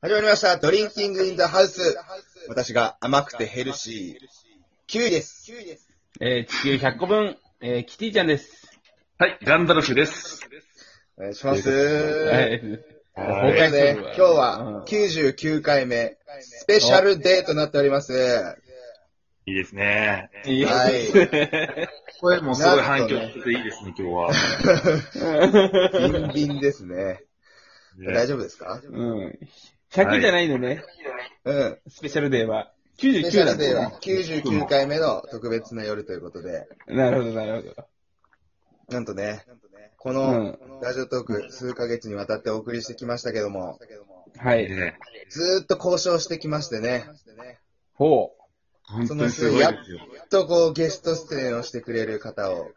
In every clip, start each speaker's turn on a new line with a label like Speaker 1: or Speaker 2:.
Speaker 1: 始まりました。ドリンキングインザハウス。私が甘くてヘルシー。9位です。9位です。
Speaker 2: えー、地球100個分、えー、キティちゃんです。
Speaker 3: はい、ガンダルフです。
Speaker 1: お願いします。
Speaker 2: はい。
Speaker 1: ということで、今日は99回目、スペシャルデーとなっております。
Speaker 3: いいですね。
Speaker 2: いい
Speaker 1: は
Speaker 3: これもすごい反響してていいですね、今日は。
Speaker 1: い。ビンビンですね。大
Speaker 3: 夫
Speaker 1: 丈夫ですか
Speaker 2: うん。100じゃないのね、
Speaker 1: うん。
Speaker 2: スペシャルデーは。
Speaker 1: スペシ
Speaker 2: 99
Speaker 1: ャ
Speaker 2: な
Speaker 1: ル
Speaker 2: んだ
Speaker 1: デー
Speaker 2: よ
Speaker 1: は
Speaker 2: ね。
Speaker 1: 99回目の特別な夜ということで、
Speaker 2: なるほど、なるほど。
Speaker 1: なんとね、こ
Speaker 2: うん
Speaker 1: のラジオトーク数ヶ月にわたってお送りしてきましたけども、
Speaker 2: はい。
Speaker 3: ね。
Speaker 1: ずーっと交渉してきましてね、
Speaker 2: ほ
Speaker 3: 本
Speaker 1: そ
Speaker 3: 当
Speaker 1: の
Speaker 3: にす
Speaker 1: 末、
Speaker 3: ごいで
Speaker 1: や
Speaker 3: すよ。
Speaker 1: っとこうゲスト出演をしてくれる方を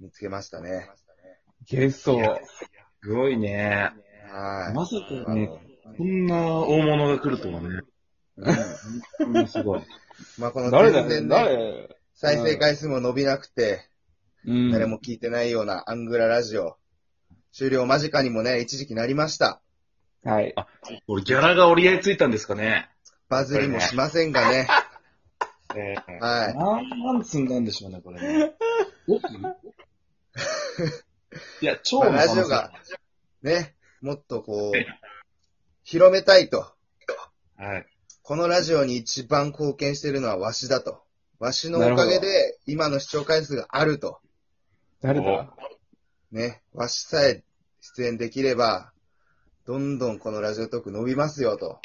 Speaker 1: 見つけましたね。
Speaker 2: う。ゲストを。
Speaker 3: すごいね。
Speaker 1: は
Speaker 3: まさか
Speaker 1: い。
Speaker 3: ね、こんな大物が来るとはね。
Speaker 1: うん
Speaker 3: 本当にすごい。
Speaker 1: まあこの
Speaker 2: 誰だ
Speaker 1: 全然ね、
Speaker 2: よ、誰
Speaker 1: 再生回数も伸びなくて、
Speaker 2: うん。
Speaker 1: 誰も聞いてないようなアングララジオ、終了間近にもね、一時期なりました。
Speaker 2: はい。
Speaker 3: 俺、ギャラが折り合いついたんですかね。
Speaker 1: バズりもしませんがね、
Speaker 3: え
Speaker 1: はい。
Speaker 3: 何万積んだんでしょうね、これね。 いや、超
Speaker 1: まあ
Speaker 3: の可
Speaker 1: ラ
Speaker 3: 能性
Speaker 1: ジオが。、ね、もっとこう、広めたいと。
Speaker 3: はい。
Speaker 1: このラジオに一番貢献してるのはわしだと。わしのおかげで、今の視聴回数があると。
Speaker 2: 誰だ
Speaker 1: ね、わしさえ出演できれば、どんどんこのラジオトーク伸びますよと。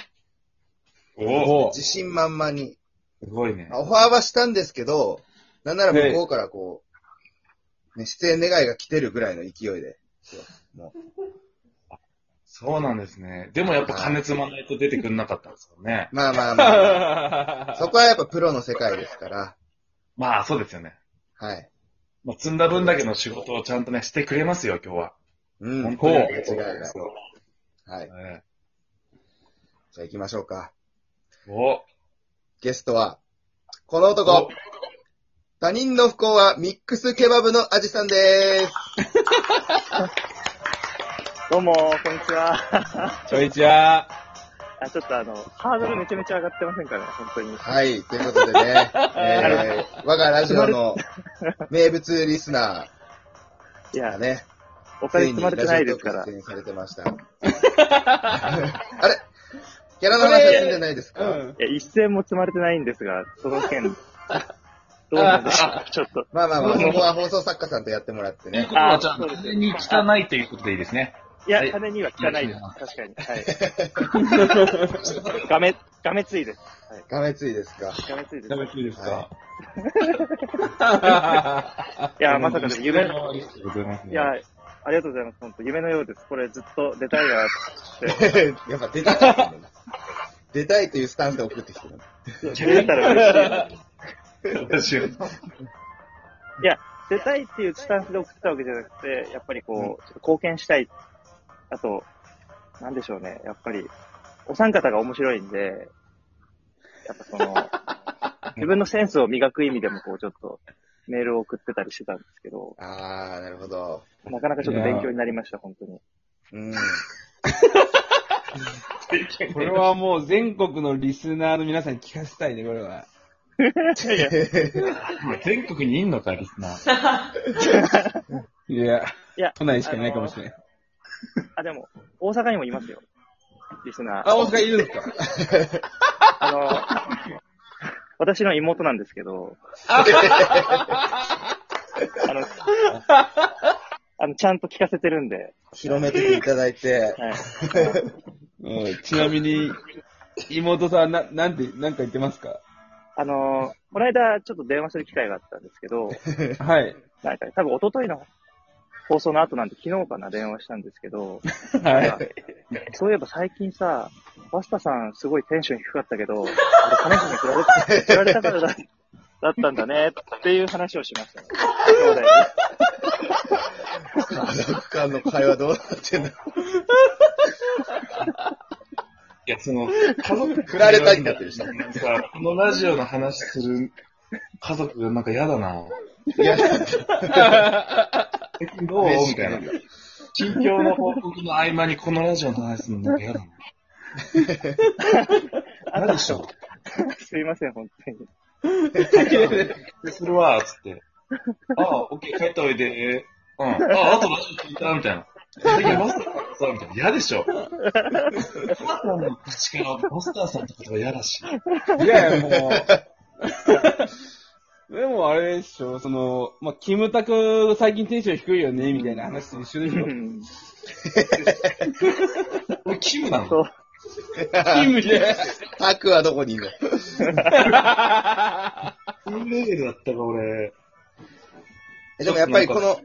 Speaker 3: おお
Speaker 2: お
Speaker 1: 自信満々に。
Speaker 3: すごいね。
Speaker 1: まあオファーはしたんですけど、なんなら向こうからこう、ね、出演願いが来てるぐらいの勢いで。
Speaker 3: そうなんですね。でもやっぱ金積まないと出てくんなかったんですよね。
Speaker 1: まあまあまあまあ、 そこはやっぱプロの世界ですから、
Speaker 3: まあ、そうですよね。
Speaker 1: はい。
Speaker 3: まあ、積んだ分だけの仕事をちゃんとね、してくれますよ、今日は。
Speaker 1: うん、
Speaker 3: 本
Speaker 1: 間
Speaker 3: 当に
Speaker 1: 違
Speaker 3: ありがとう
Speaker 1: い
Speaker 3: ござい
Speaker 1: ない
Speaker 3: ます。。
Speaker 1: はい。
Speaker 3: え
Speaker 1: じゃあ行きましょうか。
Speaker 3: えお
Speaker 1: ゲストは、この男
Speaker 3: お。
Speaker 1: 他人の不幸はミックスケバブのアジさんです。
Speaker 4: どうも、こんにちは。 あ
Speaker 2: こん にちは。
Speaker 4: ちょっとあの、ハードルめちゃめちゃ上がってませんからね、本当に。
Speaker 1: はい、ということで ね、えー、我がラジオの名物リスナ
Speaker 4: い
Speaker 1: ーが
Speaker 4: や、
Speaker 1: ね、
Speaker 4: お
Speaker 1: つ
Speaker 4: 金
Speaker 1: い
Speaker 4: 積
Speaker 1: に
Speaker 4: ま
Speaker 1: ラジ
Speaker 4: れて
Speaker 1: オト
Speaker 4: な
Speaker 1: ーク
Speaker 4: いですから
Speaker 1: 出。演されてました。 あれキャラの話してんじゃないです
Speaker 2: う
Speaker 1: か、
Speaker 2: ん。
Speaker 4: いや、一銭も積まれてないんですが、その 件、どうなんでしょう、ちょっと。
Speaker 1: まあまあまあ、そこは放送作家さんとやってもらって
Speaker 3: という
Speaker 1: ね
Speaker 3: こ。とは、じゃあ、
Speaker 4: そうですね
Speaker 3: 金に汚いということでいいですね。
Speaker 4: いや
Speaker 3: は、い
Speaker 4: 金には汚いです。確かに。 はい。がめ、がめついです。
Speaker 1: がめついですか。
Speaker 4: がめついです。
Speaker 3: ダメ
Speaker 4: い
Speaker 3: いいですか
Speaker 1: は
Speaker 4: や、まさかでも夢の、
Speaker 3: の。ありがとうございます、
Speaker 4: いや、ありがとうございます。本当夢のようです。これずっと出たい なって。
Speaker 1: やっぱ出たかったんだね出たいというスタンスで送ってきてる。
Speaker 4: 出たら嬉し
Speaker 3: 私
Speaker 4: いな。
Speaker 3: は。
Speaker 4: 出たいっていうスタンスで送ったわけじゃなくて、やっぱりこう、ちょっと貢献したい。あと、なんでしょうね。やっぱり、お三方が面白いんで、やっぱその、 自分のセンスを磨く意味でもこう、ちょっと、メールを送ってたりしてたんですけど、
Speaker 1: あー、なるほど。
Speaker 4: なかなかちょっと勉強になりました、本当に。
Speaker 1: うん。
Speaker 2: これはもう全国のリスナーの皆さんに聞かせたいね、これは。
Speaker 3: 全国にいんのか、リスナー。
Speaker 2: いや、
Speaker 4: いや、
Speaker 2: 都内しかいないかもしれない。
Speaker 4: あ、でも、大阪にもいますよ。リスナー。
Speaker 2: あ、大阪いるんですか
Speaker 4: あの、私の妹なんですけど、あの、あの、ちゃんと聞かせてるんで、
Speaker 1: 広めていただいて、
Speaker 4: はい。
Speaker 2: うんちなみに、妹さんはな、なんて、なんか言ってますか
Speaker 4: あの、この間ちょっと電話する機会があったんですけど、
Speaker 2: はい。
Speaker 4: なんか多分一昨日の放送の後なんで昨日かな電話したんですけど、
Speaker 2: は
Speaker 4: そういえば最近さ、バスタさんすごいテンション低かったけど、あれ金子に振られ振られたからだだったんだねっていう話をしましたね。兄弟で
Speaker 1: 家族間の会話どうなってんだ
Speaker 3: いや、その、家族
Speaker 1: 振られたいんだっていう人
Speaker 3: なんか、このラジオの話する家族がなんか嫌だな。
Speaker 1: いや、
Speaker 3: 最近 どうみたいな。近況の報告の合間にこのラジオの話するのなんか嫌だな。
Speaker 4: あ
Speaker 1: 何しょ
Speaker 4: と、すいません、本当に。
Speaker 3: するわ、つって。ああ、オッケー、帰っておいで。うん。ああ、あとラジオ聞いた、みたいな。次、マスターさん、みたいな。嫌でしょ。マスターの口からマスターさんとか嫌だし。
Speaker 2: いやいや、もう。 でもあれでしょ、その、まあ、キムタク最近テンション低いよね、みたいな話と一緒でし
Speaker 4: う
Speaker 2: ょ。
Speaker 4: ん
Speaker 3: 俺、キムなの。
Speaker 4: そう。
Speaker 2: キムで。
Speaker 1: タクはどこにいる
Speaker 3: キムレベルだったか、俺。
Speaker 1: のでもやっぱりこの、
Speaker 3: は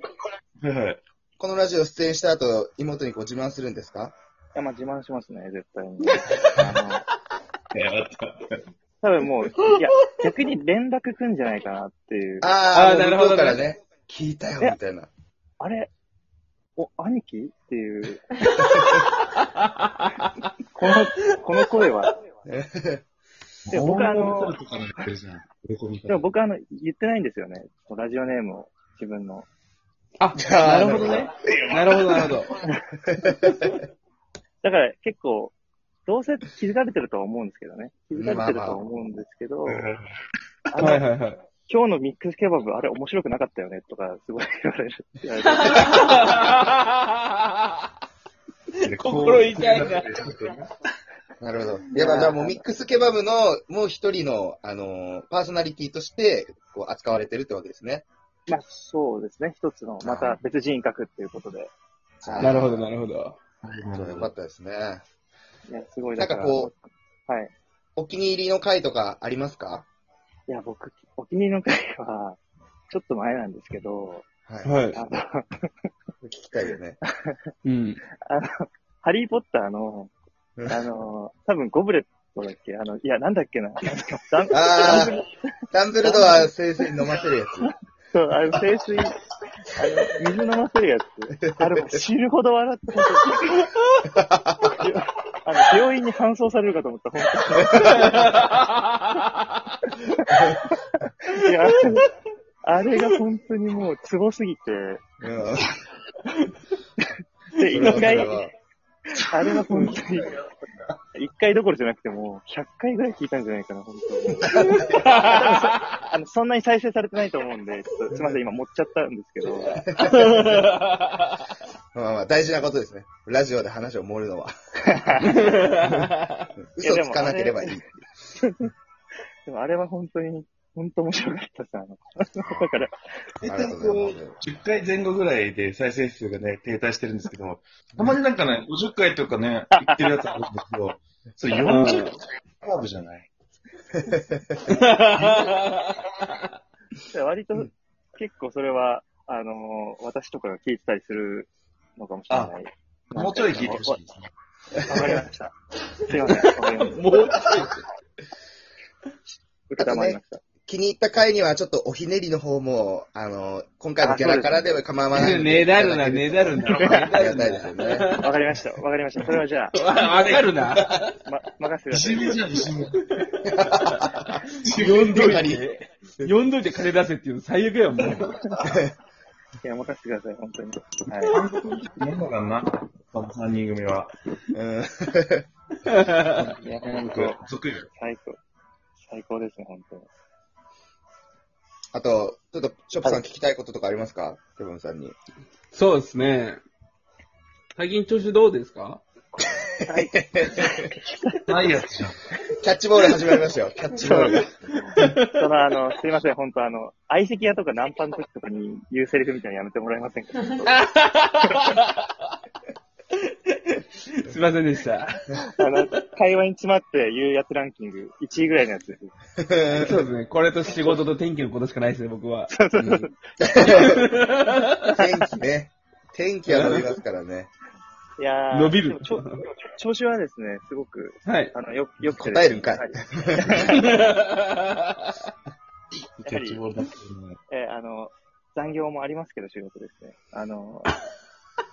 Speaker 3: いはい。
Speaker 1: このラジオ出演した後、妹にこう自慢するんですか
Speaker 4: いや、まあ自慢しますね、絶対に。
Speaker 3: いや、だった。
Speaker 4: 多分もう、いや、逆に連絡くんじゃないかなっていう。あ
Speaker 1: あ
Speaker 2: あ
Speaker 1: あ、
Speaker 2: ーな
Speaker 1: な
Speaker 2: る
Speaker 1: る
Speaker 2: ほ
Speaker 1: ほ
Speaker 2: どね
Speaker 1: ど。からね、聞いたよ、みたいな。
Speaker 4: れお、兄貴っていう。 この、この声は。でも僕あの
Speaker 3: 女の子からやってるじゃん。喜び
Speaker 4: で
Speaker 3: 方。
Speaker 4: も僕あの、言ってないんですよね。ラジオネームを、自分の。
Speaker 2: あ、なるほどね。なるほど、なるほど。
Speaker 4: だから結構、どうせ気づかれてるとは思うんですけどね。気づかれてるとは思うんですけど、あの
Speaker 2: はいはいはい。
Speaker 4: 今日のミックスケバブ、あれ面白くなかったよねとか、すごい言われる。言われる
Speaker 2: 心痛いな。
Speaker 1: なるほど。やっぱじゃあもうミックスケバブの、もう一人の、あのーパーソナリティとして、こう、扱われてるってわけですね。
Speaker 4: まあ、そうですね。一つの、また別人格っていうことで。
Speaker 2: なるほど、なるほど。
Speaker 1: そうよかったですね。
Speaker 4: いや、すごい
Speaker 1: な
Speaker 4: だ
Speaker 1: ん
Speaker 4: か。
Speaker 1: からこ
Speaker 4: う。はい。
Speaker 1: お気に入りの回とかありますか
Speaker 4: いや、僕、お気に入りの回は、ちょっと前なんですけど、
Speaker 1: はい。
Speaker 2: はい
Speaker 4: あ。の、
Speaker 1: 聞きたいよね。
Speaker 2: うん。
Speaker 4: ハリーポッターの、あの、多分ゴブレットだっけあの、いや、なんだっけ な。ダン
Speaker 1: あーダンブルドア先生に飲ませるやつ。
Speaker 4: そう、あの、清水、あの、水飲ませるやつ。あれ、死ぬほど笑って、本当にあの、病院に搬送されるかと思った、本当に。いや、あれが本当にもう、ツボすぎて、
Speaker 1: うん。
Speaker 4: で、
Speaker 1: それはそ
Speaker 4: 一
Speaker 1: れ
Speaker 4: 回、
Speaker 1: は
Speaker 4: あれは本当に、一回どころじゃなくても、100回ぐらい聞いたんじゃないかな、本当に。多分そあの、そんなに再生されてないと思うんで、ちょっとすみません、今持っちゃったんですけど。
Speaker 1: まあまあ、大事なことですね。ラジオで話を盛るの は。嘘つかなければいい。
Speaker 4: でもあれは本当に、本当面白かったです、あの。 だから、
Speaker 1: あり
Speaker 3: 大
Speaker 1: が
Speaker 3: 体
Speaker 1: と
Speaker 3: こ
Speaker 1: うご
Speaker 3: う
Speaker 1: ざいま
Speaker 3: 10回前後ぐらいで再生数がね、停滞してるんですけ ど、たまになんかね、50回とかね、言ってるやつあるんですけど、それ40回カーブじゃない
Speaker 4: 割と結構それは、あの、私とかが聞いてたりするのかもしれない。
Speaker 3: もうちょい聞いてほしいですね。
Speaker 4: わかりました。すいません、わかりました。
Speaker 2: もう、
Speaker 4: 受けたまりました。
Speaker 1: 気に入った回には、ちょっとおひねりの方も、あの、今回のキャラからでは構わないので。
Speaker 2: ねだるな、ねだるな。ね
Speaker 1: あ
Speaker 2: だ
Speaker 1: りが
Speaker 2: る
Speaker 1: たいですよ
Speaker 2: な。
Speaker 1: ね。
Speaker 4: わかりました、わかりました。それはじゃ
Speaker 2: わかるな。
Speaker 4: あ、ま、任せてくだ
Speaker 3: い
Speaker 4: さ
Speaker 3: じめじゃ
Speaker 4: い。
Speaker 3: ん、いじめ。
Speaker 2: 呼んどいて、呼んどいて金出せっていうの最悪やもん。
Speaker 4: いや、任せてください、本当に。
Speaker 3: 単独なんだかな、この3人組は。
Speaker 1: うん。
Speaker 4: いや、
Speaker 3: 単
Speaker 4: 本
Speaker 3: 独
Speaker 4: 当、
Speaker 3: 得意だよ。
Speaker 4: 最高。最高ですね、本当に。
Speaker 1: あと、ちょっと、ショップさん聞きたいこととかありますかセブンさんに。
Speaker 2: そうですね。最近調子どうですか
Speaker 3: ないやつじゃん。
Speaker 1: キャッチボール始まりましたよ。キャッチボール。
Speaker 4: その、あの、すいません、本当あの、相席屋とかナンパの時とかに言うセリフみたいなのやめてもらえませんか本当
Speaker 2: すいませんでした。
Speaker 4: あの、会話に詰まって言うやつランキング1位ぐらいのやつです。
Speaker 2: そうですね。これと仕事と天気のことしかないですね、僕は。
Speaker 1: 天気ね。天気は伸びますからね。
Speaker 4: いやー
Speaker 2: 伸びる
Speaker 4: でもちょ調子はですね、すごく、
Speaker 2: はい。
Speaker 4: あの、よ、よくてで
Speaker 1: 答
Speaker 4: す
Speaker 1: えるんかい
Speaker 4: はい
Speaker 3: キャッチボールだったのに
Speaker 4: えーあの、残業もありますけど、仕事ですね。あの、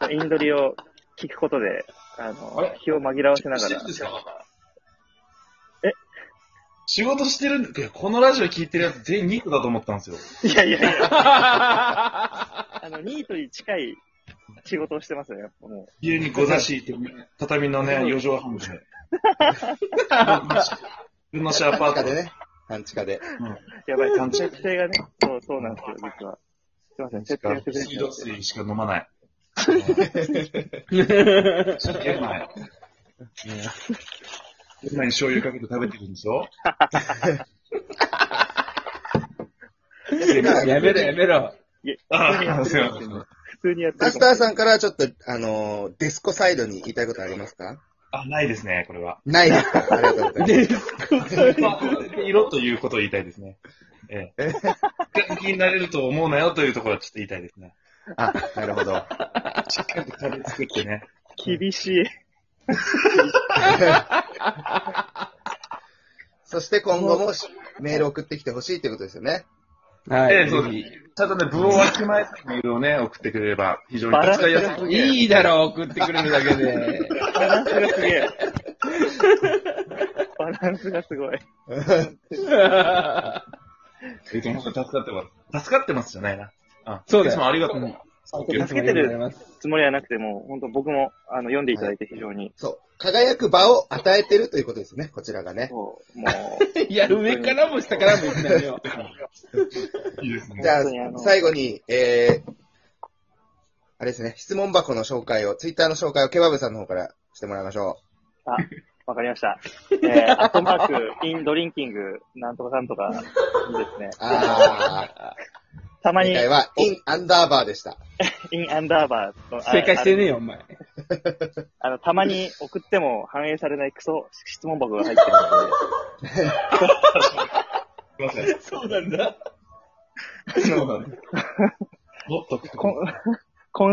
Speaker 4: インドリを聞くことで、あの
Speaker 3: あれ、
Speaker 4: 気を紛らわせなが
Speaker 3: して
Speaker 4: ら
Speaker 3: るん。ですか
Speaker 4: え
Speaker 3: 仕事してるんで、いやこのラジオ聞いてるやつ全員ニックだと思ったんですよ。
Speaker 4: いやいやいや、あの、ニートに近い仕事をしてますよ、やっぱもう。
Speaker 3: 家にござしいて、畳のね、四畳半で。自分のシャープ
Speaker 1: 半
Speaker 3: ア
Speaker 1: 地下
Speaker 3: ート
Speaker 1: で
Speaker 3: で。
Speaker 1: ね。半地下で。
Speaker 4: やばい、節約性がね、そう、そうなんですよ、実は。すいません、節約性
Speaker 3: 水道水しか飲まない。
Speaker 2: ね
Speaker 3: 玄米。玄米に醤油かけて食べてるんでしょ
Speaker 2: やめろやめろ。
Speaker 3: ああ、すいません。
Speaker 4: 普通にやって
Speaker 1: マ
Speaker 4: る
Speaker 1: ス
Speaker 4: か
Speaker 1: タ
Speaker 4: ら。
Speaker 1: ーさんからちょっと、あのーデスコサイドに言いたいことありますか
Speaker 3: あ、ないですね、これは。
Speaker 1: ないですかありがとうございます。
Speaker 3: まあ、色ということを言いたいですね。え え。元気になれると思うなよというところはちょっと言いたいです ね。
Speaker 1: あ、なるほど。
Speaker 3: しっかりと食べ作ってね。
Speaker 4: 厳しい。
Speaker 1: そして今後もしメール送ってきてほしいということですよね。
Speaker 2: は
Speaker 3: ええ
Speaker 2: い、
Speaker 3: そう
Speaker 2: ぜ
Speaker 3: ただね、分をわきまえたメールをね、送ってくれれば、非常に使いやすい。
Speaker 2: ひ。いいだろう、送ってくれるだけで。
Speaker 4: バランスがす げえ。バランスがすごい。
Speaker 3: えっと、助かってます。助かってますじゃないな。あ
Speaker 2: そうだよ
Speaker 3: いつもありがとう。
Speaker 2: うん
Speaker 4: 助けてる
Speaker 2: ありがとうございます
Speaker 4: つもりはなくても、本当僕も、あの、読んでいただいて非常に。
Speaker 1: そう。輝く場を与えてるということですね、こちらがね。
Speaker 4: そう、も
Speaker 2: いや、上からも下からも言ってないよ。
Speaker 3: いいです ね。
Speaker 1: じゃあ
Speaker 4: 本当にあ、の
Speaker 1: 最後に、えー、あれですね、質問箱の紹介を、ツイッターの紹介をケバブさんの方からしてもらいましょ
Speaker 4: う、わかりました。えー、アットマーク、インドリンキング、なんとかなんとか、いいですね
Speaker 1: う。。あー、
Speaker 4: たまに
Speaker 1: 今、回は、インアンダーバーでした。
Speaker 4: インアンダーバーの、あ
Speaker 2: 正解してねえよ、お前。
Speaker 4: あの、たまに送っても反映されないクソ質問箱が入って るの
Speaker 3: すい
Speaker 4: で。
Speaker 3: ません。
Speaker 2: そうなんだ。
Speaker 3: もっと、
Speaker 4: こん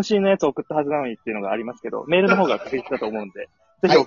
Speaker 4: 渾身のやつ送ったはずなのにっていうのがありますけど、メールの方が確実だと思うんで、ぜひ送